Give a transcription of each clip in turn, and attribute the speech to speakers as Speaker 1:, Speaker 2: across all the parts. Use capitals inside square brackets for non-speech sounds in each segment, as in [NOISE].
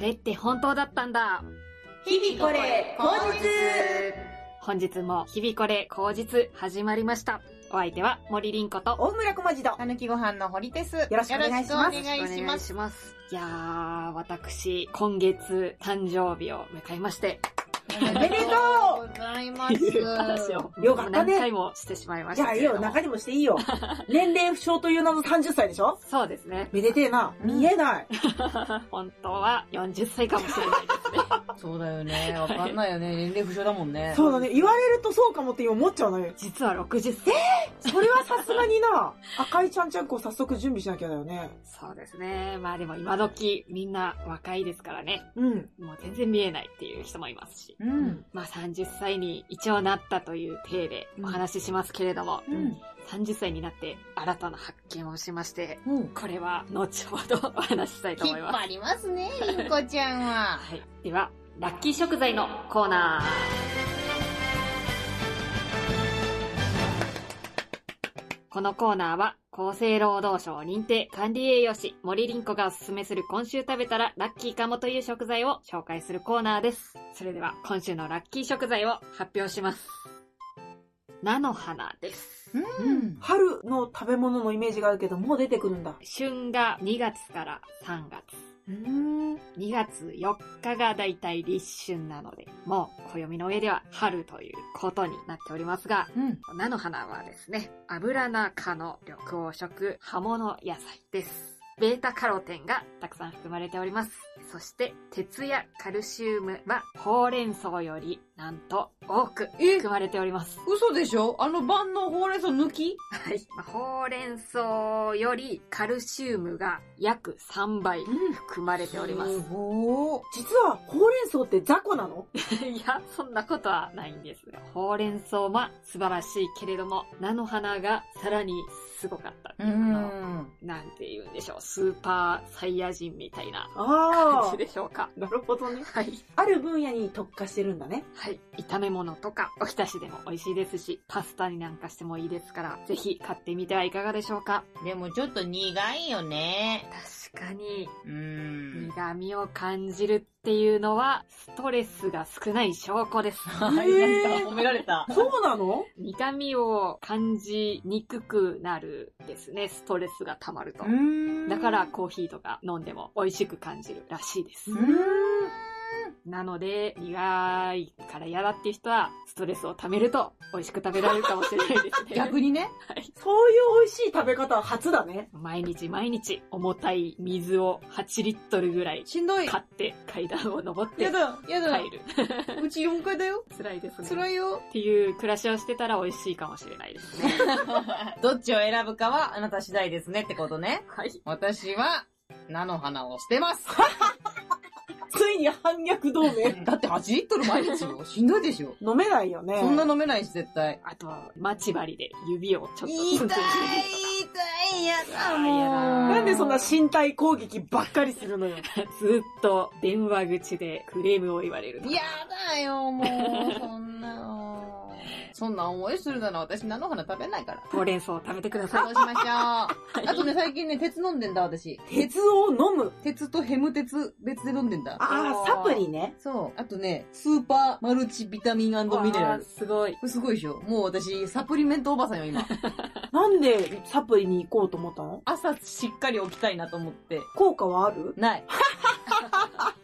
Speaker 1: れって本当だったんだ。
Speaker 2: 日々これ、口実
Speaker 1: 本日も日々これ口実始まりました。お相手は森凛子と
Speaker 2: 大村小町だ
Speaker 3: たぬきご飯の堀です。よ
Speaker 2: ろしくお願いします
Speaker 3: ろしくお願いし
Speaker 1: よろ
Speaker 3: ま
Speaker 1: し
Speaker 3: す。
Speaker 1: くお願いします。いやー、私、今月誕生日を迎えまして、
Speaker 2: おめでと
Speaker 3: うございます。
Speaker 1: 話を
Speaker 2: よかったね
Speaker 1: 何回もしてしまいま
Speaker 2: う
Speaker 1: し
Speaker 2: じゃ
Speaker 1: た
Speaker 2: あい
Speaker 1: け
Speaker 2: い
Speaker 1: れども。
Speaker 2: よ、中にもしてい
Speaker 3: [LAUGHS]
Speaker 2: いよ。年齢不詳という名の30歳でしょ
Speaker 1: そうですね。 [LAUGHS]
Speaker 2: めでてえな。
Speaker 3: うん
Speaker 2: 見えない。
Speaker 1: 本当は40歳かもしれないですね。
Speaker 3: そうだよね。わか
Speaker 2: [LAUGHS]
Speaker 3: んないよね。年齢不詳だもんね。
Speaker 2: そうだね。言われるとそうかもって今思っちゃうのよ。
Speaker 1: 実は60歳。
Speaker 2: それはさすがにな、赤いちゃんちゃんこ早速準備しなきゃだよね。
Speaker 1: そうですね。まあでも今時みんな若いですからね。
Speaker 2: うん。
Speaker 1: もう全然見えないっていう人もいますし。
Speaker 3: うん。
Speaker 1: まあ30歳に一応なったという体でお話ししますけれども、
Speaker 3: うん。
Speaker 1: 30歳になって新たな発見をしまして、
Speaker 2: うん。
Speaker 1: これは後ほどお話ししたいと
Speaker 3: 引
Speaker 1: 思い
Speaker 3: っ
Speaker 1: ます。
Speaker 3: 張りますね、ゆうこちゃんは。
Speaker 1: はい。では、ラッキー食材のコーナー。このコーナーは、厚生労働省認定管理栄養士森凛子がおすすめする今週食べたらラッキーかもという食材を紹介するコーナーです。それでは、今週のラッキー食材を発表します。菜の花です。
Speaker 3: うん。
Speaker 2: 春の食べ物のイメージがあるけど、もう出てくるんだ。
Speaker 1: 旬が2月から3月。
Speaker 2: うん。
Speaker 1: 2月4日がだいたい立春なので、もう暦の上では春ということになっておりますが、
Speaker 3: うん。
Speaker 1: 菜の花はですね、油中の緑黄色、葉物野菜です。ベータカロテンがたくさん含まれております。そして、鉄やカルシウムはほうれん草よりなんと多く含まれております。
Speaker 3: 嘘でしょあの万能ほうれん草抜き
Speaker 1: はい。まあほうれん草よりカルシウムが約3倍
Speaker 3: うん。
Speaker 1: 含まれておりますす。
Speaker 3: ごー。
Speaker 2: 実は、ほうれん草って雑魚なの
Speaker 1: [LAUGHS] いや、そんなことはないんですが。ほうれん草は素晴らしいけれども、菜の花がさらにすごかったって
Speaker 3: う
Speaker 1: いうあの。
Speaker 3: ん。
Speaker 1: なんて言うんでしょう。スーパーサイヤ人みたいな感
Speaker 3: [LAUGHS]
Speaker 2: あ
Speaker 1: じでしょうか。
Speaker 2: あ。なるほどね。
Speaker 1: はい。
Speaker 2: ある分野に特化してるんだね。
Speaker 1: はい。炒め物とか、おひたしでも美味しいですし、パスタになんかしてもいいですから、ぜひ買ってみてはいかがでしょうか。
Speaker 3: でもちょっと苦いよね。
Speaker 1: 確かに、
Speaker 3: うん。
Speaker 1: 苦味を感じるっていうのは、ストレスが少ない証拠です。
Speaker 3: [LAUGHS] はい、なんか褒められた。
Speaker 2: そうなの
Speaker 1: 苦味を感じにくくなるですね、ストレスが溜まると。
Speaker 3: ん
Speaker 1: だから、コーヒーとか飲んでも美味しく感じるらしいです。
Speaker 3: うん。
Speaker 1: なので、苦いから嫌だっていう人は、ストレスを溜めると美味しく食べられるかもしれないです
Speaker 3: [LAUGHS]
Speaker 1: ね。
Speaker 3: 逆にね。
Speaker 2: そういう美味しい食べ方は初だね。
Speaker 1: 毎日毎日重たい水を8リットルぐらい
Speaker 3: しんどい。
Speaker 1: 買って階段を登って
Speaker 3: やだ、やだ。
Speaker 1: 帰る。
Speaker 3: うち4階だよ。
Speaker 1: 辛いですね。
Speaker 3: 辛
Speaker 1: っ
Speaker 3: いよ。
Speaker 1: ていう暮らしをしてたら美味しいかもしれないですね。
Speaker 3: [LAUGHS] どっちを選ぶかはあなた次第ですねってことね。
Speaker 1: はい。
Speaker 3: 私は、菜の花を捨てます。
Speaker 2: ついに反逆同
Speaker 3: [LAUGHS]
Speaker 2: 盟。
Speaker 3: だって8リットル毎日 [LAUGHS] よ。しんどいでしょ。
Speaker 2: 飲めないよね。
Speaker 3: そんな飲めないし、絶対。
Speaker 1: あとは、待ち針で指をちょっとツンツンしてみるとか。
Speaker 3: 痛い、や
Speaker 1: あー
Speaker 3: [LAUGHS]
Speaker 1: やだ
Speaker 2: なんでそんな身体攻撃ばっかりするのよ。
Speaker 1: ずーっと電話口でクレームを言われるとか。
Speaker 3: やだよ、もう、そんなの。 [LAUGHS] そんな思いするなら私菜の花食べない [LAUGHS] から。
Speaker 1: ほうれん草を食べてくだ
Speaker 3: そ
Speaker 1: さ
Speaker 3: うしましょう。あ
Speaker 1: い。
Speaker 3: とね、最近ね、鉄飲んでんだ、私。
Speaker 2: 鉄を飲む。
Speaker 3: 鉄とヘム鉄別で飲んでんだ。
Speaker 2: ああ、サプリね。
Speaker 3: そう。あとね、スーパーマルチビタミンミネラ
Speaker 1: わー
Speaker 3: ル。
Speaker 1: すごい。
Speaker 3: これすごいでしょもう私、サプリメントおばさんよ、今。
Speaker 2: なんでサプリに行こうと思ったの
Speaker 3: 朝しっかり起きたいなと思って。
Speaker 2: 効果はある
Speaker 3: ない。 [LAUGHS]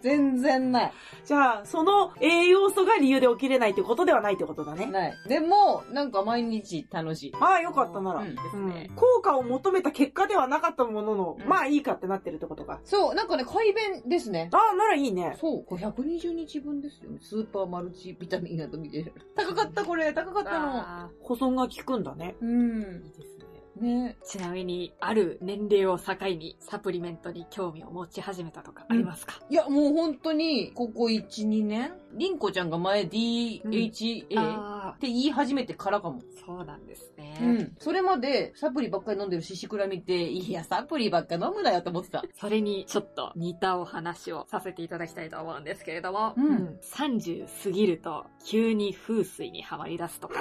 Speaker 3: 全然ない。
Speaker 2: じゃあ、その栄養素が理由で起きれないってことではないってことだね。
Speaker 3: ない。でも、なんか毎日楽しい。
Speaker 2: ああ、よかったなら。
Speaker 3: うん
Speaker 1: です
Speaker 2: うん
Speaker 1: ね。
Speaker 2: 効果を求めた結果ではなかったものの、
Speaker 3: うん
Speaker 2: まあいいかってなってるってことか。
Speaker 3: そう、なんかね、改便ですね。
Speaker 2: ああ、ならいいね。
Speaker 3: そう、520日分ですよね。スーパーマルチビタミンミネラル。高かった、これ。高かったの。
Speaker 1: あ
Speaker 2: 保存が効くんだね。
Speaker 3: う
Speaker 1: ーい。
Speaker 3: ん
Speaker 1: いですね。
Speaker 3: ね。
Speaker 1: ちなみに、ある年齢を境にサプリメントに興味を持ち始めたとかありますか、
Speaker 3: いや、もう本当に、ここ1、2年りんこちゃんが前 DHA、
Speaker 1: あら
Speaker 3: て言い始めてからかも。
Speaker 1: そうなんですね。
Speaker 3: うん。それまで、サプリばっかり飲んでるシシクラ見て、いや、サプリばっか飲むなよと思ってた。
Speaker 1: それにちょっと似たお話をさせていただきたいと思うんですけれども、
Speaker 3: うん
Speaker 1: 30過ぎると急に風水にはまり出すとか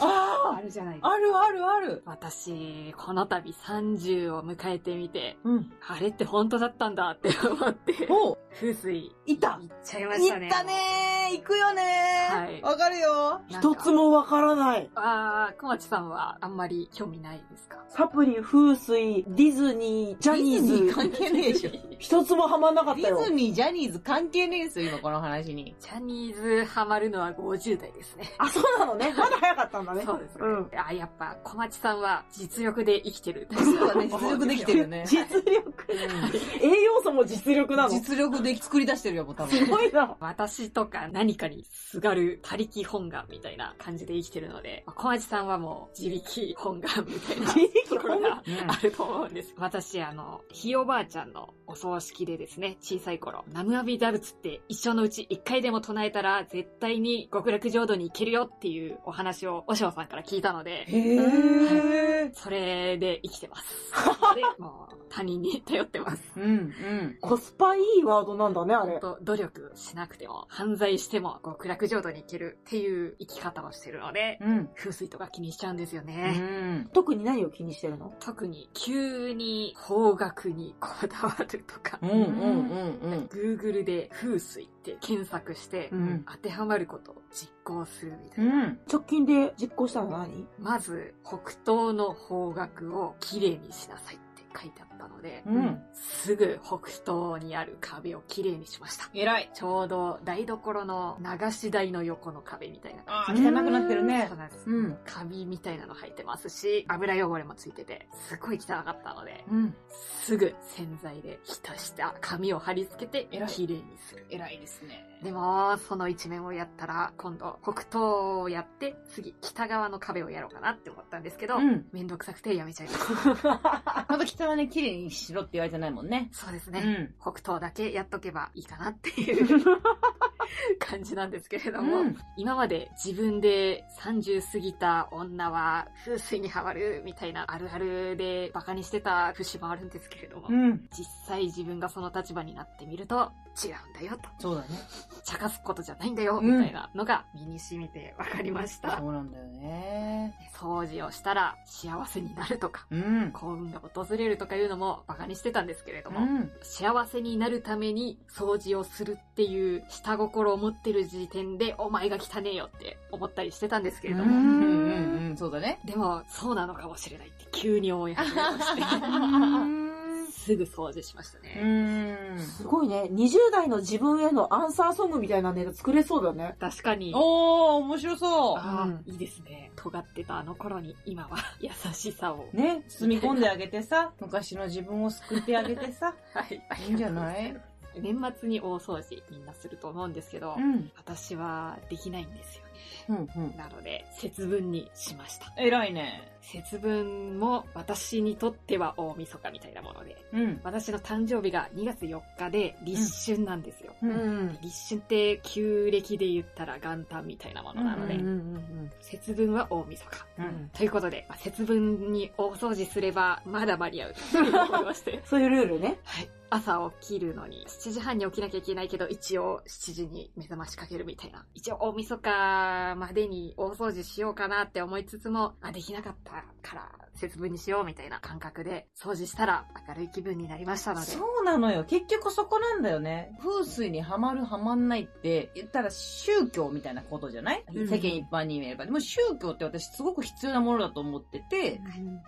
Speaker 2: あ
Speaker 1: あるじゃないです
Speaker 2: あ
Speaker 1: か。
Speaker 2: あるあるある
Speaker 1: 私、この度30を迎えてみて、
Speaker 3: うん。
Speaker 1: あれって本当だったんだって思って、
Speaker 3: おう
Speaker 1: 風水
Speaker 3: いた
Speaker 1: 行っちゃいま
Speaker 3: 行
Speaker 1: したね。
Speaker 3: ったねー行くよねー
Speaker 1: はい
Speaker 3: わかるよ
Speaker 1: なんか
Speaker 2: 一つもわからない
Speaker 1: ああ、小町さんはあんまり興味ないですか
Speaker 2: サプリ、風水、ディズニー、ジャニ
Speaker 3: ディズニー
Speaker 2: ーズ。
Speaker 3: 関係ねえでしょ。 [LAUGHS]
Speaker 2: 一つもハマんなかった
Speaker 3: デ
Speaker 2: よ
Speaker 3: ィズ。ニー、ジャニーズ関係ねえですよ、今この話に。
Speaker 1: ジャニーズハマるのは50代ですね。
Speaker 2: あ、そうなのね。まだ早かったんだね。
Speaker 1: そうですね。
Speaker 2: うん
Speaker 1: あ、やっぱ小町さんは実力で生きてる。
Speaker 3: そうだね、 [LAUGHS] 実力できてるよね。
Speaker 2: [LAUGHS] 実力。栄養素も実力なの。す
Speaker 3: 実力で作り出してるよ、もう多 [LAUGHS] 分。
Speaker 2: ごいな。
Speaker 1: 私とか何かにすがる他力本願みたいな感じで生きてるので、小町さんはもう自力本願みたいな
Speaker 2: 自力
Speaker 1: ところ
Speaker 2: 本願
Speaker 1: があると思うんです。私、あの、ひいおばあちゃんのお葬式でですね、小さい頃、ナムアビダ仏って一生のうち一回でも唱えたら絶対に極楽浄土に行けるよっていうお話をおしょうさんから聞いたので、
Speaker 3: へ
Speaker 2: へー。
Speaker 1: それで生きて
Speaker 3: [LAUGHS]
Speaker 1: ます。で、もう他人に頼ってます。
Speaker 3: うん、うん。
Speaker 2: コスパいいワードなんだね、あれ。
Speaker 1: と努力しなくても、犯罪しても極楽浄土に行けるっていう生き方をしてるので、
Speaker 3: うん。
Speaker 1: 風水とか気にしちゃうんですよ
Speaker 3: う
Speaker 1: ね。
Speaker 3: ん。
Speaker 2: 特に何を気にしてるの
Speaker 1: 特に急に方角にこだわるとか、
Speaker 3: うん、うん、うん、
Speaker 1: Google で風水って検索して
Speaker 3: う、ん。
Speaker 1: 当てはまることを実行するみた
Speaker 3: う
Speaker 1: いな。
Speaker 3: ん。
Speaker 2: 直近で実行したの
Speaker 3: [LAUGHS]
Speaker 2: は何
Speaker 1: まず、北東の方角をきれいにしなさいって書いてあったので、
Speaker 3: うん。
Speaker 1: すぐ北東にある壁をきれいにしました。
Speaker 3: 偉い。
Speaker 1: ちょうど台所の流し台の横の壁みたいな
Speaker 3: あ
Speaker 1: 感
Speaker 3: あ、
Speaker 1: じで。
Speaker 3: 汚くなってるね
Speaker 1: そう。なんです。
Speaker 3: うん
Speaker 1: カビみたいなの入ってますし、油汚れもついてて、すごい汚かったので、
Speaker 3: うん。
Speaker 1: すぐ洗剤で浸した紙を貼り付けて
Speaker 3: 偉い、
Speaker 1: 綺麗にする。
Speaker 3: 偉いですね。
Speaker 1: でも、その一面をやったら、今度、北東をやって、次、北側の壁をやろうかなって思ったんですけど、
Speaker 3: うん。
Speaker 1: めんどくさくてやめちゃいまし
Speaker 3: まだ北はね、綺麗にしろって言われてないもんね。
Speaker 1: た。そうです
Speaker 3: う
Speaker 1: ね。
Speaker 3: ん。
Speaker 1: 北東だけやっとけばいいかなっていう感じなんですけれども、
Speaker 3: うん
Speaker 1: 今まで自分で30過ぎた女は風水にハマるみたいなあるあるでバカにしてた節もあるんですけれども、
Speaker 3: うん。
Speaker 1: 実際自分がその立場になってみると違うんだよと、
Speaker 3: そうだね。
Speaker 1: 茶化すことじゃないんだよ
Speaker 3: うん
Speaker 1: みたいなのが身に染みて分かりました。
Speaker 3: そうなんだよね。
Speaker 1: 掃除をしたら幸せになるとか、
Speaker 3: うん。
Speaker 1: 幸運が訪れるとかいうのもバカにしてたんですけれど
Speaker 3: う
Speaker 1: も、
Speaker 3: ん。
Speaker 1: 幸せになるために掃除をするっていう下心を持ってる時点でお前が汚ねえよって思ったりしてたんですけれど
Speaker 3: う
Speaker 1: も、
Speaker 3: んうんうん、そうだね。
Speaker 1: でもそうなのかもしれないって急に思い始めまして、
Speaker 3: [LAUGHS]
Speaker 1: すぐ掃除しました
Speaker 3: う
Speaker 1: ね。
Speaker 3: ん。
Speaker 2: すごいね。20代の自分へのアンサーソングみたいなネタ作れそうだね。
Speaker 1: 確かに、
Speaker 3: おー、面白そ
Speaker 1: あ
Speaker 2: うん
Speaker 1: いいですね。尖ってたあの頃に今は [LAUGHS] 優しさを。
Speaker 3: う。ね、包み込んであげてさ、昔の自分を救ってあげてさ。
Speaker 1: はい。
Speaker 3: いいんじゃない
Speaker 1: 年末に大掃除みんなすると思うんですけど、
Speaker 3: ん。
Speaker 1: 私はできないんですよね。
Speaker 3: うんうん。
Speaker 1: なので、節分にしました。
Speaker 3: 偉いね。
Speaker 1: 節分も私にとっては大晦日みたいなもので、
Speaker 3: うん。
Speaker 1: 私の誕生日が2月4日で立春なんですよ。
Speaker 3: う
Speaker 2: う。ん。
Speaker 1: 立春って旧暦で言ったら元旦みたいなものなので、
Speaker 3: うん
Speaker 2: ん
Speaker 1: 節分は大晦日。
Speaker 3: う。
Speaker 2: うんん。
Speaker 1: ということで、まあ節分に大掃除すればまだ間に合うと思いまして。
Speaker 2: そういうルールね。
Speaker 1: はい。朝起きるのに、7時半に起きなきゃいけないけど、一応7時に目覚ましかけるみたいな。一応大晦日までに大掃除しようかなって思いつつも、あ、できなかったから、節分にしようみたいな感覚で、掃除したら明るい気分になりましたので。
Speaker 3: そうなのよ。結局そこなんだよね。風水にはまるはまんないって言ったら宗教みたいなことじゃない、
Speaker 1: うん
Speaker 3: 世間一般に言えば。でも宗教って私すごく必要なものだと思ってて、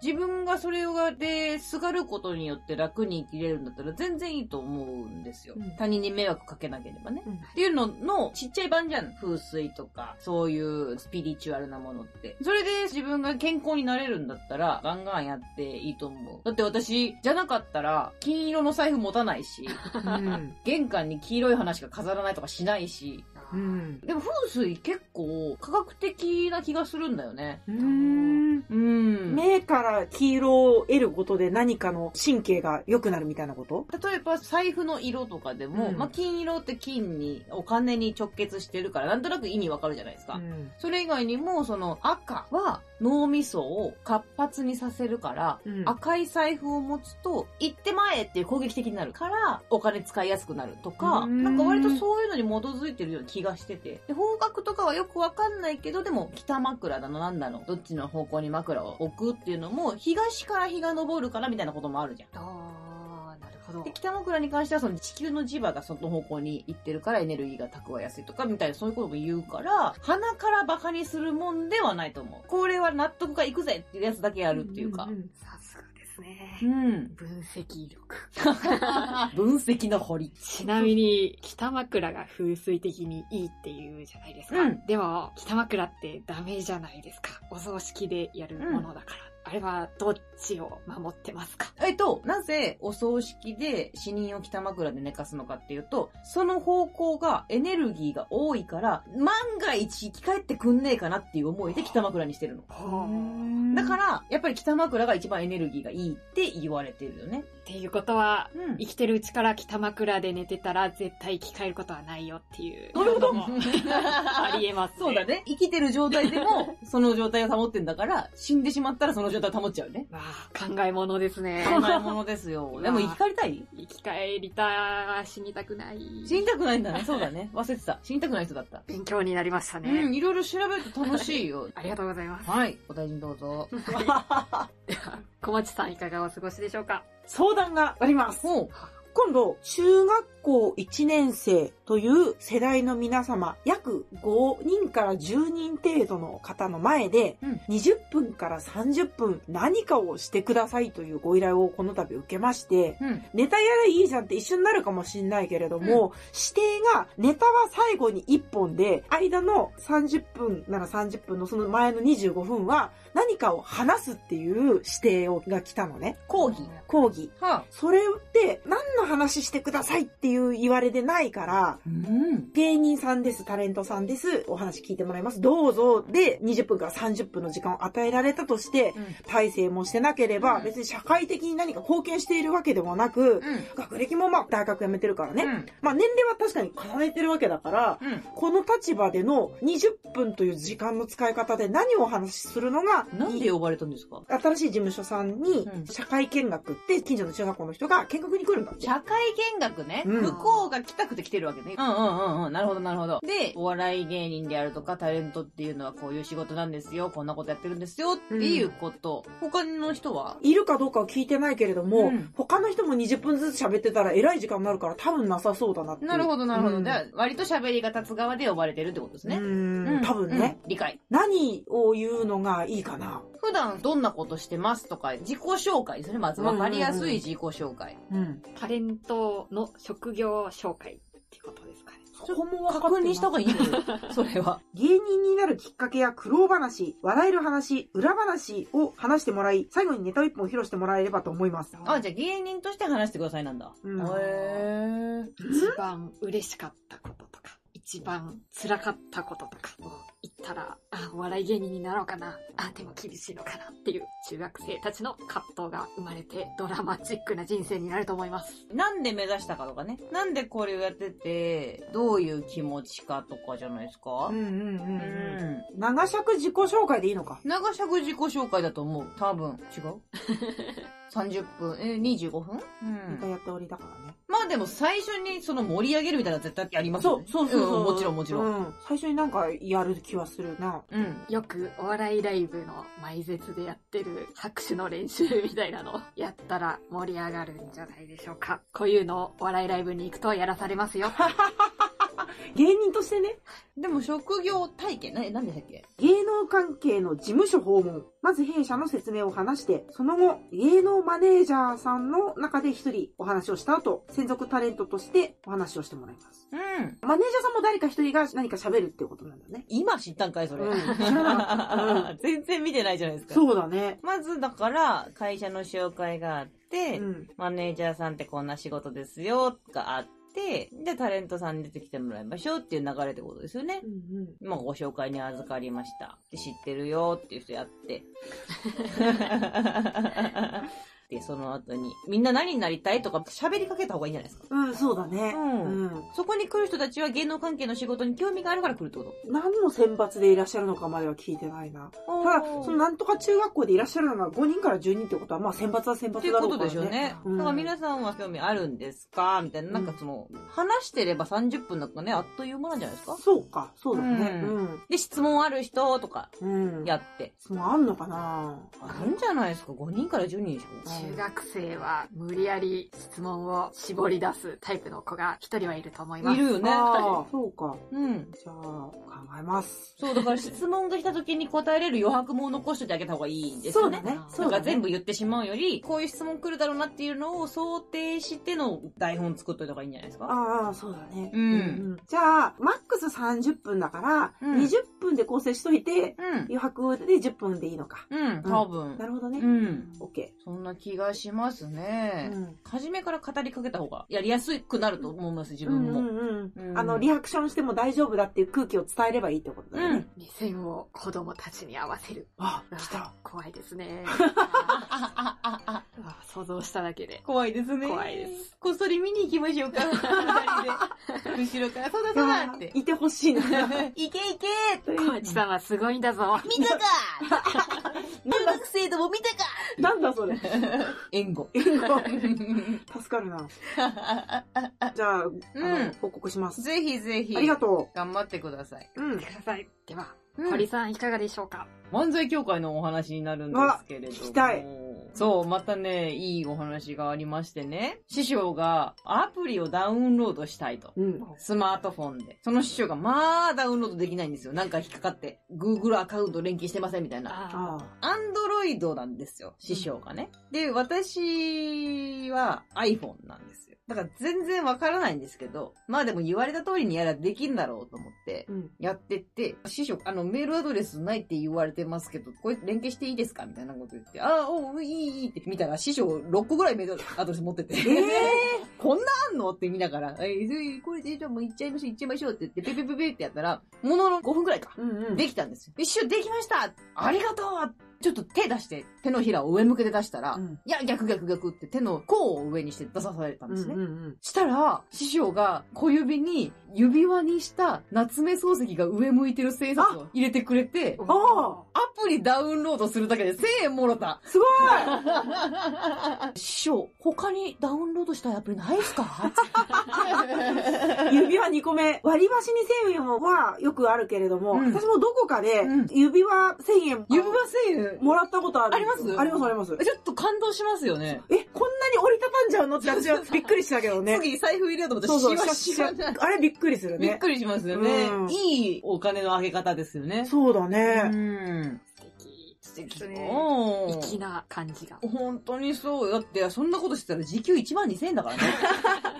Speaker 3: 自分がそれがで、すがることによって楽に生きれるんだったら全然いいと思うんですよ。
Speaker 2: うん
Speaker 3: 他人に迷惑かけなければね。
Speaker 2: うん
Speaker 3: っていうののちっちゃい版じゃん。風水とか、そういうスピリチュアルなものって。それで自分が健康になれるんだったら、ガンガンやっていいと思う。だって私、じゃなかったら、金色の財布持たない
Speaker 2: [LAUGHS]
Speaker 3: し、
Speaker 2: うん。
Speaker 3: 玄関に黄色い花しか飾らないとかしないし。
Speaker 2: うん。
Speaker 3: でも風水結構科学的な気がするんだよね。
Speaker 2: うん。
Speaker 3: うん。
Speaker 2: 明から黄色を得ることで何かの神経が良くなるみたいなこと
Speaker 3: 例えば財布の色とかでも、
Speaker 2: うん
Speaker 3: まあ、金色って金にお金に直結してるからなんとなく意味わかるじゃないですか、
Speaker 2: ん。
Speaker 3: それ以外にもその赤は脳みそを活発にさせるから、
Speaker 2: うん
Speaker 3: 赤い財布を持つと行って前っていう攻撃的になるからお金使いやすくなるとか
Speaker 2: うん
Speaker 3: なんか割とそういうのに基づいてるような気がしててで方角とかはよくわかんないけどでも北枕だのなんだのどっちの方向に枕を置くっていうのも東から日が昇るからみたいなこともあるじゃん。
Speaker 1: あー、なるほど
Speaker 3: で。北枕に関してはその地球の磁場がその方向に行ってるからエネルギーが蓄えやすいとかみたいなそういうことも言うから鼻からバカにするもんではないと思うこれは納得がいくぜっていうやつだけやるっていうか
Speaker 2: んん
Speaker 1: さすがです
Speaker 3: う
Speaker 1: ね。
Speaker 3: ん [LAUGHS]
Speaker 1: 分析力。
Speaker 3: 分析の堀
Speaker 1: ちなみに、北枕が風水的にいいっていうじゃないですか。
Speaker 3: うん
Speaker 1: でも、北枕ってダメじゃないですか。お葬式でやるものだから。あれはどっちを守ってますか
Speaker 3: えっと、なぜお葬式で死人を北枕で寝かすのかっていうと、その方向がエネルギーが多いから、万が一生き返ってくんねえかなっていう思いで北枕にしてるの。だか、
Speaker 2: だから
Speaker 3: やっぱり北枕が一番エネルギーがいいって言われてるよね。
Speaker 1: っていうことは、
Speaker 3: うん
Speaker 1: 生きてるうちから北枕で寝てたら絶対生き返ることはないよっていう。
Speaker 3: どういうこと
Speaker 1: もありえます、ね。
Speaker 3: [LAUGHS] そうだ。ね。生きてる状態でも、 [LAUGHS] その状態を保ってんだから、死んでしまったらその状態を保っちゃう [LAUGHS] ね。
Speaker 1: まあ、考え物ですね。
Speaker 3: 考え物ですよ。 [LAUGHS] でも生き返りたい
Speaker 1: 生き返りた、死にたくない。
Speaker 3: 死にたくないんだね。そうだね。忘れてた。死にたくない人だった。
Speaker 1: 勉強になりましたね。
Speaker 3: うん、いろいろ調べると楽しい [LAUGHS] よ。
Speaker 1: ありがとうございます。
Speaker 3: はい。お大事にどうぞ。
Speaker 1: 小町さんいかがお過ごしでしょうか
Speaker 2: 相談があります。
Speaker 3: ほう。
Speaker 2: 今度、中学校1年生という世代の皆様、約5人から10人程度の方の前で、
Speaker 3: うん
Speaker 2: 20分から30分何かをしてくださいというご依頼をこの度受けまして、
Speaker 3: うん。
Speaker 2: ネタやらいいじゃんって一緒になるかもしんないけれども、指定がネタは最後に1本で、間の30分なら30分のその前の25分は何かを話すっていう指定をが来たのね。
Speaker 3: 講義。
Speaker 2: 講義。
Speaker 3: はあ。
Speaker 2: それって何の話してくださいっていう言われでないから、
Speaker 3: うん。
Speaker 2: 芸人さんです、タレントさんです、お話聞いてもらいます、どうぞで20分から30分の時間を与えられたとして、体制もしてなければ、
Speaker 3: うん
Speaker 2: 別に社会的に何か貢献しているわけでもな
Speaker 3: う
Speaker 2: く、
Speaker 3: ん。
Speaker 2: 学歴もまあ大学辞めてるからね。
Speaker 3: うん。
Speaker 2: まあ年齢は確かに重ねてるわけだから、
Speaker 3: うん。
Speaker 2: この立場での20分という時間の使い方で何をお話しするのが、
Speaker 3: なんで呼ばれたんですか
Speaker 2: 新しい事務所さんに
Speaker 3: うん
Speaker 2: 社会見学って近所の中学校の人が見学に来るんだって。
Speaker 3: 社会見学ね、
Speaker 2: うん
Speaker 3: 向こうが来たくて来てるわけね。うんうんうんうん。なるほどなるほど。で、お笑い芸人であるとか、タレントっていうのはこういう仕事なんですよ、こんなことやってるんですよっていうこと。他の人はい
Speaker 2: るかどうかは聞いてないけれども、
Speaker 3: うん
Speaker 2: 他の人も20分ずつ喋ってたら偉い時間になるから多分なさそうだなっていう。
Speaker 3: なるほどなるほど。
Speaker 2: うん
Speaker 3: で割と喋りが立つ側で呼ばれてるってことです
Speaker 2: う
Speaker 3: ね。
Speaker 2: ん、
Speaker 3: うん
Speaker 2: 多分ね、、
Speaker 3: うん理解。
Speaker 2: 何を言うのがいいかな。
Speaker 3: 普段どんなことしてますとか、自己紹介ですね。まず分かりやすい自己紹介。
Speaker 2: うん。
Speaker 1: タレントの職業紹介ってことですかね。
Speaker 2: そこも分かっ
Speaker 3: 確
Speaker 2: てない
Speaker 3: 認した方がいいよ。それは。
Speaker 2: 芸人になるきっかけや苦労話、笑える話、裏話を話してもらい、最後にネタを一本披露してもらえればと思います。
Speaker 3: あ、じゃあ芸人として話してくださいなんだ。
Speaker 2: うん
Speaker 3: へー
Speaker 1: 一番嬉しかったこととか、一番辛かったこととかを言ったら、あ、お笑い芸人になろうかな、あ、でも厳しいのかなっていう中学生たちの葛藤が生まれてドラマチックな人生になると思います。
Speaker 3: なんで目指したかとかね。なんでこれをやってて、どういう気持ちかとかじゃないですか
Speaker 2: うん。うんう
Speaker 3: うん
Speaker 2: うん。
Speaker 3: ん。
Speaker 2: 長尺自己紹介でいいのか。
Speaker 3: 長尺自己紹介だと思う。多分。違 [LAUGHS] う ?30 分、え、25分う
Speaker 2: ネタ
Speaker 3: ん。
Speaker 2: やっておりだからね。
Speaker 3: まあでも最初にその盛り上げるみたいなのは絶対ありますよね。んもちろんもちろん。
Speaker 2: うん。最初になんかやる気はするな。
Speaker 3: うん。
Speaker 1: よくお笑いライブの前説でやってる拍手の練習みたいなのをやったら盛り上がるんじゃないでしょうか。こういうのをお笑いライブに行くとやらされますよ。
Speaker 2: 芸人としてね、
Speaker 3: でも職業体験、な、なんでしたっけ
Speaker 2: 芸能関係の事務所訪問。まず弊社の説明を話して、その後、芸能マネージャーさんの中で一人お話をした後、専属タレントとしてお話をしてもらいます。
Speaker 3: うん。
Speaker 2: マネージャーさんも誰か一人が何か喋るってことなんだね。
Speaker 3: 今知ったんかい、それ。
Speaker 2: うん
Speaker 3: [LAUGHS]
Speaker 2: 知らなかっ
Speaker 3: 全然見てないじゃないですか。
Speaker 2: そうだね。
Speaker 3: まず、だから、会社の紹介があって、
Speaker 2: うん。
Speaker 3: マネージャーさんってこんな仕事ですよ、があっって、で、タレントさんに出てきてもらいましょうっていう流れってことですよね。
Speaker 2: うんうん。
Speaker 3: まあ、ご紹介に預かりました。で、知ってるよっていう人や
Speaker 2: [LAUGHS]
Speaker 3: って。で、その後に、みんな何になりたいとか喋りかけた方がいいんじゃないですか。
Speaker 2: うん、そうだね。
Speaker 3: うん
Speaker 2: うん。
Speaker 3: そこに来る人たちは芸能関係の仕事に興味があるから来るってこと。
Speaker 2: 何の選抜でいらっしゃるのかまでは聞いてないな。ただ、その
Speaker 3: っ
Speaker 2: なんとか中学校でいらっしゃるのが5人から10人ってことは、まあ選抜は選抜だ
Speaker 3: ていう
Speaker 2: ろ
Speaker 3: こ
Speaker 2: うか
Speaker 3: と
Speaker 2: らね。
Speaker 3: でしょうね。
Speaker 2: うん
Speaker 3: だから皆さんは興味あるんですかみたいな、なんかその、話してれば30分だとね、あっという間なんじゃないですか
Speaker 2: そうか、そうだね。
Speaker 3: う
Speaker 2: うん。
Speaker 3: で、質問ある人とか
Speaker 2: うん。
Speaker 3: や、って。
Speaker 2: そのあんのかな
Speaker 3: あるんじゃないですか ?5 人から10人でしょ
Speaker 1: 中学生は無理やり質問を絞り出すタイプの子が一人はいると思います。
Speaker 3: いるよね。
Speaker 2: ああ、そうか。
Speaker 3: うん。
Speaker 2: じゃあ、考えます。
Speaker 3: そう、だから質問が来た時に答えれる余白も残しててあげた方がいいんですよね。
Speaker 1: ね
Speaker 2: そう
Speaker 3: だか
Speaker 2: だ
Speaker 3: ら全
Speaker 2: ね。
Speaker 3: 部言ってしまうより、こういう質問来るだろうなっていうのを想定しての台本作っといた方がいいんじゃないですか
Speaker 2: ああ、そうだね。
Speaker 3: うん
Speaker 2: んじゃあ、マックス30分だから、
Speaker 3: うん
Speaker 2: 20分で構成しといて、
Speaker 3: うん。
Speaker 2: 余白で10分でいいのか。
Speaker 3: うん、多分
Speaker 2: な。るほどね。
Speaker 3: うん。
Speaker 2: オッケ
Speaker 3: そんな気がします
Speaker 2: ー。
Speaker 3: ね。
Speaker 2: うん。
Speaker 3: 初めから語りかけた方がやりやすくなると思います、自
Speaker 2: う
Speaker 3: 分
Speaker 2: んう
Speaker 3: も。
Speaker 2: んう。
Speaker 3: うんん
Speaker 2: あの、リアクションしても大丈夫だっていう空気を伝えればいいってことだよ
Speaker 3: う
Speaker 2: ね
Speaker 3: ん。
Speaker 1: 目線を子供たちに合わせる。
Speaker 2: あ、来た。
Speaker 1: 怖いですね。
Speaker 3: あああああ
Speaker 1: うわ想像しただけで。
Speaker 3: 怖いですね。
Speaker 1: 怖いです。
Speaker 3: こっそり見に行きましょう [LAUGHS] か。二人で後ろから、そうだそうだ [LAUGHS] って。
Speaker 2: いてほしいな。 [LAUGHS]
Speaker 3: いけい
Speaker 1: コ
Speaker 3: け
Speaker 1: ーチさんはすごいんだぞ。
Speaker 3: 見たか [LAUGHS] 留学生でも見たか
Speaker 2: なん
Speaker 3: [LAUGHS]
Speaker 2: だそれ。
Speaker 3: 援護。
Speaker 2: 援護助か
Speaker 3: [LAUGHS]
Speaker 2: るな。じゃあ、あ
Speaker 3: う
Speaker 2: の
Speaker 3: ん
Speaker 2: 報告します。
Speaker 3: ぜひぜひ。
Speaker 2: ありがと
Speaker 3: 頑張ってください。
Speaker 2: う。うん
Speaker 1: 見。てください。では、
Speaker 3: うん
Speaker 1: 堀さんいかがでしょうか
Speaker 3: 漫才協会のお話になるんですけれども。
Speaker 2: うわ聞きたい
Speaker 3: そう、またね、いいお話がありましてね。師匠がアプリをダウンロードしたいと。
Speaker 2: うん。
Speaker 3: スマートフォンで。その師匠がまあダウンロードできないんですよ。なんか引っかかって。Google アカウント連携してませんみたいな。
Speaker 1: あ
Speaker 2: あ
Speaker 3: アンドロイドなんですよ、師匠がね。で、私は iPhone なんですよ。だから全然わからないんですけど、まあでも言われた通りにやらできんだろうと思って
Speaker 2: あ。、うん。
Speaker 3: やってって、師匠、あの、メールアドレスないって言われてますけど、これ連携していいですかみたいなこと言って、ああ、おう、いい、いいって見たら、師匠6個ぐらいメールアドレス持ってて、えー、 [LAUGHS] こんなあんのって見ながら、えー、これで、じゃあもう行っちゃいましょう、行っちゃいましょうって言って、ペペペペってやったら、ものの5分ぐらいか。
Speaker 2: うんうん。
Speaker 3: できたんですよ。一瞬できましたありがとうちょっと手出して、手のひらを上向けて出したら、
Speaker 2: うん
Speaker 3: いや、逆逆逆って手の甲を上にして出さされたん
Speaker 2: う
Speaker 3: で
Speaker 2: ん
Speaker 3: すね。
Speaker 2: うんうん。
Speaker 3: したら、師匠が小指に指輪にした夏目漱石が上向いてる千円札を入れてくれて、
Speaker 1: ー
Speaker 2: あ
Speaker 3: アプリダウンロードするだけで1000円もろた。
Speaker 2: すごい
Speaker 3: 師匠、他にダウンロードしたいアプリないですか
Speaker 2: 指輪2個目。割り箸に1000円はよくあるけれども、
Speaker 3: うん
Speaker 2: 私もどこかで
Speaker 3: うん
Speaker 2: 指輪1000円
Speaker 3: [LAUGHS] 指輪1000円
Speaker 2: もらったことある。
Speaker 3: あります
Speaker 2: ありますあります。
Speaker 3: ちょっと感動しますよね。
Speaker 2: え、こんなに折りたたんじゃうのって私はびっくりしたけどね。
Speaker 3: 次財布入れようと思った
Speaker 2: そう
Speaker 3: ら
Speaker 2: そう、
Speaker 3: しわしわ
Speaker 2: シャッシャッあれびっくりする
Speaker 3: びっ
Speaker 2: ね。
Speaker 3: くりしますよね
Speaker 2: うん。
Speaker 3: いいお金の上げ方ですよね。
Speaker 2: そうだね。
Speaker 3: ん。
Speaker 1: 素敵。
Speaker 3: 素敵
Speaker 1: ですね
Speaker 3: お
Speaker 1: 粋
Speaker 3: ー
Speaker 1: な感じが。
Speaker 3: 本当にそう。だって、そんなことしてたら時給1万2000円だ
Speaker 2: [LAUGHS]
Speaker 3: からね。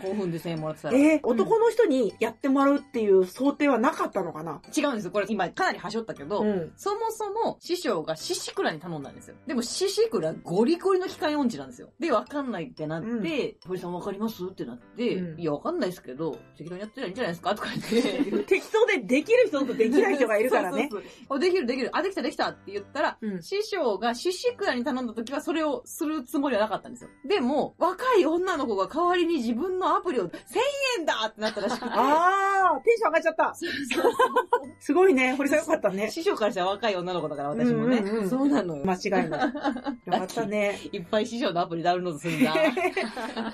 Speaker 3: 興奮で1000円もらってたら。
Speaker 2: えー、男の人にやってもらうっていう想定はなかったのかな
Speaker 3: 違うんですよ。これ今かなり端折ったけど、
Speaker 2: うん。
Speaker 3: そもそも師匠がシシクラに頼んだんですよ。でもシシクラゴリゴリの機械音痴なんですよ。で、わかんないってなって、
Speaker 2: うん
Speaker 3: 堀さんわかりますってなって、
Speaker 2: うん
Speaker 3: いや、わかんないですけど、適当にやってりゃいいんじゃないですかとか言って。。
Speaker 2: 適当でできる人とできない人がいるからね
Speaker 3: そうそうそうあできるできる。あ、できたできたって言ったら、
Speaker 2: うん
Speaker 3: 師匠がシシクラに頼んだ時はそれをするつもりはなかったんですよ。でも、若い女の子が代わりに自分のアプリを1000円だってなったらしくて。
Speaker 2: [LAUGHS] あー、テンション上がっちゃった。すごいね。堀さんよかったね。
Speaker 3: 師匠からしたら若い女の子だから私もね。
Speaker 2: うんうんうん
Speaker 3: そうなのよ。[LAUGHS]
Speaker 2: 間違いない。よかったね。
Speaker 3: いっぱい師匠のアプリダウンロードする
Speaker 2: [LAUGHS]
Speaker 3: んだ。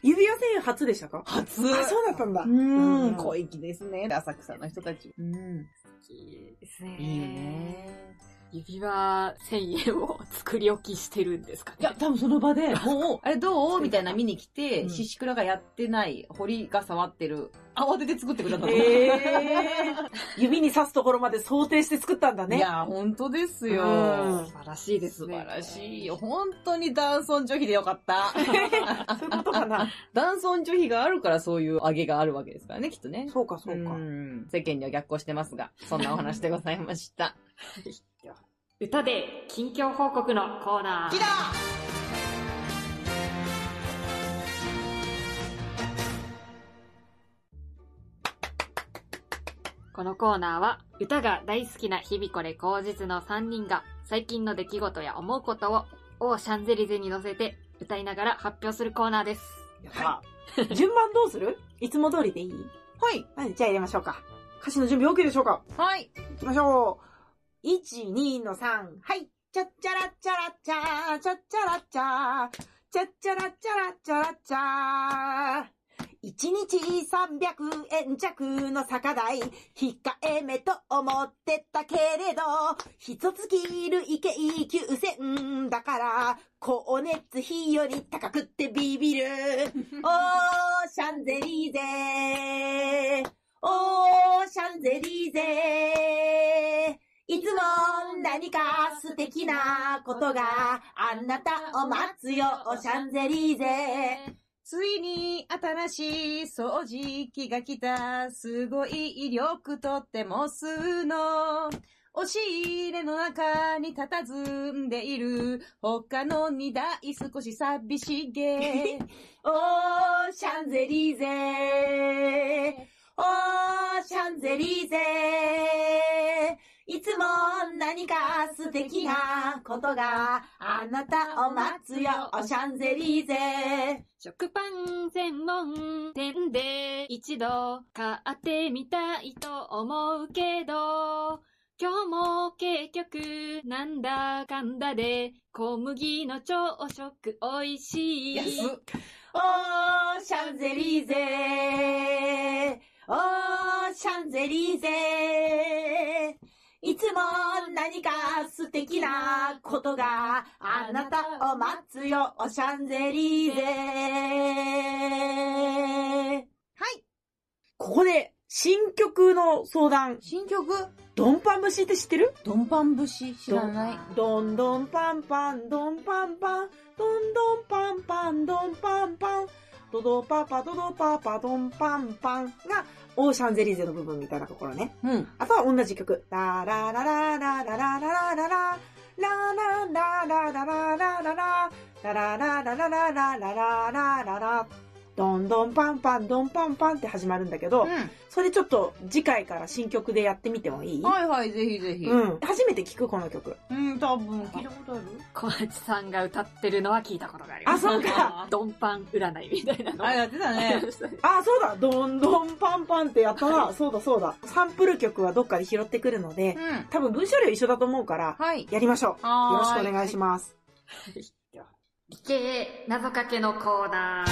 Speaker 2: 指輪千円初でしたか
Speaker 3: 初。
Speaker 2: あ、そうだったんだ。
Speaker 3: う
Speaker 2: うん
Speaker 3: ん。小粋ですね。浅草の人たち。うん。
Speaker 1: 素敵ですね。
Speaker 3: いいよね。
Speaker 1: 指輪1000円を作り置きしてるんですかね。
Speaker 3: いや、多分その場で、もう、あれどうみたいな見に来
Speaker 2: う
Speaker 3: て、
Speaker 2: ん
Speaker 3: シシクラがやってない、堀が触ってる、慌てて作ってくれたの。
Speaker 2: えー、指に刺すところまで想定して作ったんだ
Speaker 3: い
Speaker 2: ね。
Speaker 3: や、本当です
Speaker 2: うん
Speaker 3: よ。
Speaker 1: 素晴らしいです
Speaker 3: 素
Speaker 1: ね。
Speaker 3: 晴らしいよ。本当に男尊女卑でよか [LAUGHS] った。
Speaker 2: そういうことか [LAUGHS] な。
Speaker 3: 男尊女卑があるからそういう上げがあるわけですからね、きっとね。
Speaker 2: そうか、そうか。
Speaker 3: ん世間には逆行してますが、そんなお話でございました。
Speaker 1: 歌で近況報告のコーナー。
Speaker 3: [LAUGHS] キラ
Speaker 1: このコーナーは、歌が大好きな日々これ口実の3人が、最近の出来事や思うことを、オーシャンゼリゼに乗せて、歌いながら発表するコーナーです。
Speaker 2: やった。順番どうするいつも通りでいい
Speaker 3: はい。
Speaker 2: はい、じゃあ入れましょうか。歌詞の準備 OK でしょうか
Speaker 3: はい。
Speaker 2: 行きましょう。1、2の3、はい。チャッチャラッチャラッチャー、チャッチャラッチャー、チャッチャラッチャラッチャラッチャー。一日300円弱の酒代、控えめと思ってたけれど、一月累計9000だから、光熱費より高くってビビる。オーシャンゼリーゼオーシャンゼリーゼいつも何か素敵なことがあなたを待つよ、オーシャンゼリーゼ
Speaker 3: ついに新しい掃除機が来た。すごい威力とっても吸うの。押し入れの中に佇んでいる。他の荷台少し寂し [LAUGHS] げ。
Speaker 2: オーシャンゼリーゼオーシャンゼリーゼいつも何か素敵なことがあなたを待つよ、オーシャンゼリーゼ
Speaker 1: 食パン専門店で一度買ってみたいと思うけど、今日も結局なんだかんだで小麦の朝食美味しい。
Speaker 2: オーシャンゼリーゼオーシャンゼリーゼいつも何か素敵なことがあなたを待つよ、オーシャンゼリーゼはい。ここで新曲の相談、
Speaker 3: 新曲
Speaker 2: ドンパン節って知ってる
Speaker 3: ドンパン節知らない。
Speaker 2: どんどんパンパン、どんパンパン、どんどんパンパン、どんパンパン、ドドパパ、ドドパパ、どんパンパンが、オーシャンゼリーゼの部分みたいなところね。
Speaker 3: うん。
Speaker 2: あとは同じ曲。ラララララララララララララララララララララララララララララララどんどんパンパン、どんパンパンって始まるんだけど、
Speaker 3: う
Speaker 2: それちょっと次回から新曲でやってみてもいい
Speaker 3: ん。はいはい、ぜひぜひ。
Speaker 2: うん。初めて聞くこの曲。
Speaker 3: うん、多分聞いたことある
Speaker 1: 小町さんが歌ってるのは聞いたことがありま
Speaker 2: あ、
Speaker 1: す。
Speaker 2: そうか。
Speaker 1: [LAUGHS] ドンパン占いみたいなのを
Speaker 3: あ、やってたね。
Speaker 1: [LAUGHS]
Speaker 2: あ、そうだ、どんどんパンパンってやったな。そうだ、そうだ。サンプル曲はどっかで拾ってくるので
Speaker 3: う、ん。
Speaker 2: 多分文章量一緒だと思うから、
Speaker 3: はい。
Speaker 2: やりましょう。よろしくお願い
Speaker 3: し
Speaker 2: します。
Speaker 1: 理系謎かけのコーナー。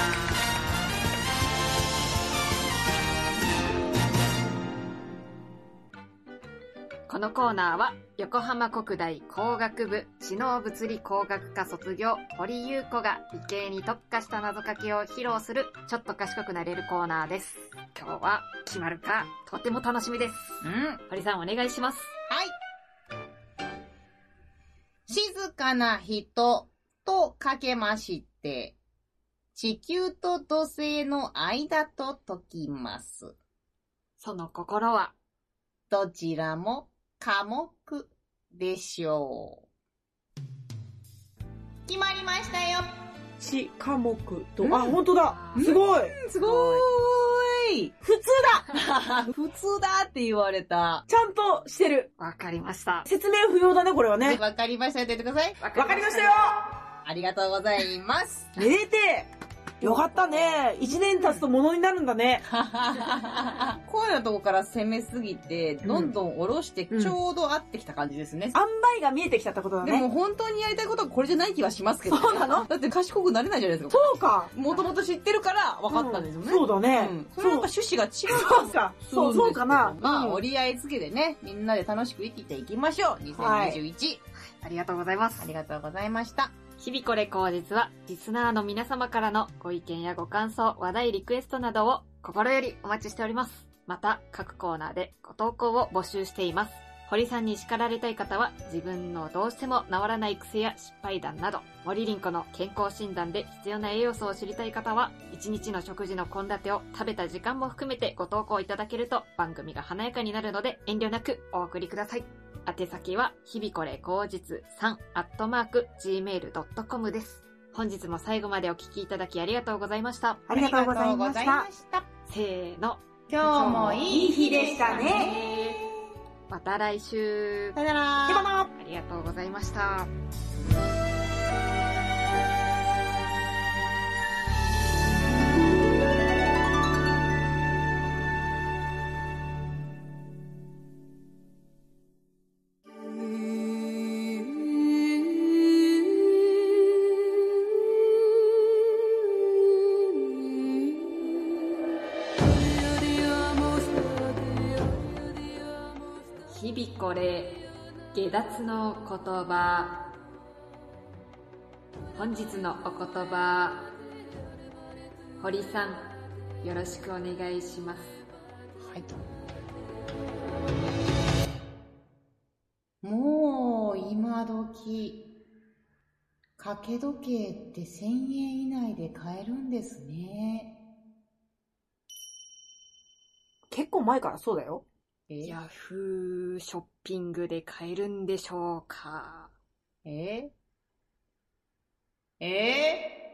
Speaker 1: このコーナーは横浜国大工学部知能物理工学科卒業堀優子が理系に特化した謎かけを披露するちょっと賢くなれるコーナーです。今日は決まるかとても楽しみです。
Speaker 3: ます。うん。
Speaker 1: 堀さんお願いします。
Speaker 3: はい。静かな人とかけまして、地球と土星の間と解きます。
Speaker 1: その心は
Speaker 3: どちらも科目でしょう。決まりましたよ。
Speaker 2: し、科目と
Speaker 3: う、ん
Speaker 2: あ、本当だ。すごい。
Speaker 3: す
Speaker 1: ご
Speaker 3: ーい。
Speaker 2: 普通だ。
Speaker 3: [LAUGHS] 普通だって言われた。
Speaker 2: ちゃんとしてる。
Speaker 1: わかりました。
Speaker 2: 説明不要だね、これはね。
Speaker 3: わかりましたって言ってください。
Speaker 1: わ
Speaker 2: わかりましたよ
Speaker 3: ありがとうござい [LAUGHS] ます。
Speaker 2: めでてえよかったね。一年経つとものになるんだね。
Speaker 3: 声のとこから攻めすぎて、どんどん下ろして、
Speaker 2: うん
Speaker 3: ちょうど合ってきた感じですね。
Speaker 2: 塩梅が見えてきたってことだ
Speaker 3: で
Speaker 2: ね。
Speaker 3: も本当にやりたいことはこれじゃない気はしますけど、
Speaker 2: そうなの
Speaker 3: だって賢くなれないじゃないですか。
Speaker 2: そうか。
Speaker 3: もともと知ってるから分かったんですよね。
Speaker 2: うんそうだね
Speaker 3: うん。。それはな
Speaker 2: そ
Speaker 3: ん
Speaker 2: う
Speaker 3: か。趣旨が違う
Speaker 2: そうか。そう、そうかな。
Speaker 3: まあ、
Speaker 2: うん
Speaker 3: 折り合いつけてね、みんなで楽しく生きていきましょう。2021。
Speaker 2: はい
Speaker 1: ありがとうございます
Speaker 3: あ。りがとうございました。
Speaker 1: 日々これ口実は、リスナーの皆様からのご意見やご感想、話題リクエストなどを心よりお待ちしております。また、各コーナーでご投稿を募集しています。堀さんに叱られたい方は、自分のどうしても治らない癖や失敗談など、森凛子の健康診断で必要な栄養素を知りたい方は、一日の食事の献立を食べた時間も含めてご投稿いただけると、番組が華やかになるので、遠慮なくお送りください。宛先は、日々これ後日3アットマーク gmail.com です。本日も最後までお聞きいただきありがとうございました。
Speaker 2: ありがとうございま
Speaker 3: ありがとうご
Speaker 2: した
Speaker 3: ざいました。
Speaker 1: せーの。
Speaker 3: 今日もいい日でしたね。
Speaker 2: ね。
Speaker 1: また来週。
Speaker 2: さよなら
Speaker 3: 手放
Speaker 1: ありがとうございました。日々これ下脱の言葉本日のお言葉堀さんよろしくお願いします
Speaker 3: はい。もう今時掛け時計って1000円以内で買えるんですね。
Speaker 2: 結構前からそうだよ。
Speaker 3: え
Speaker 1: ヤフーショッピングで買えるんでしょうか
Speaker 3: ええ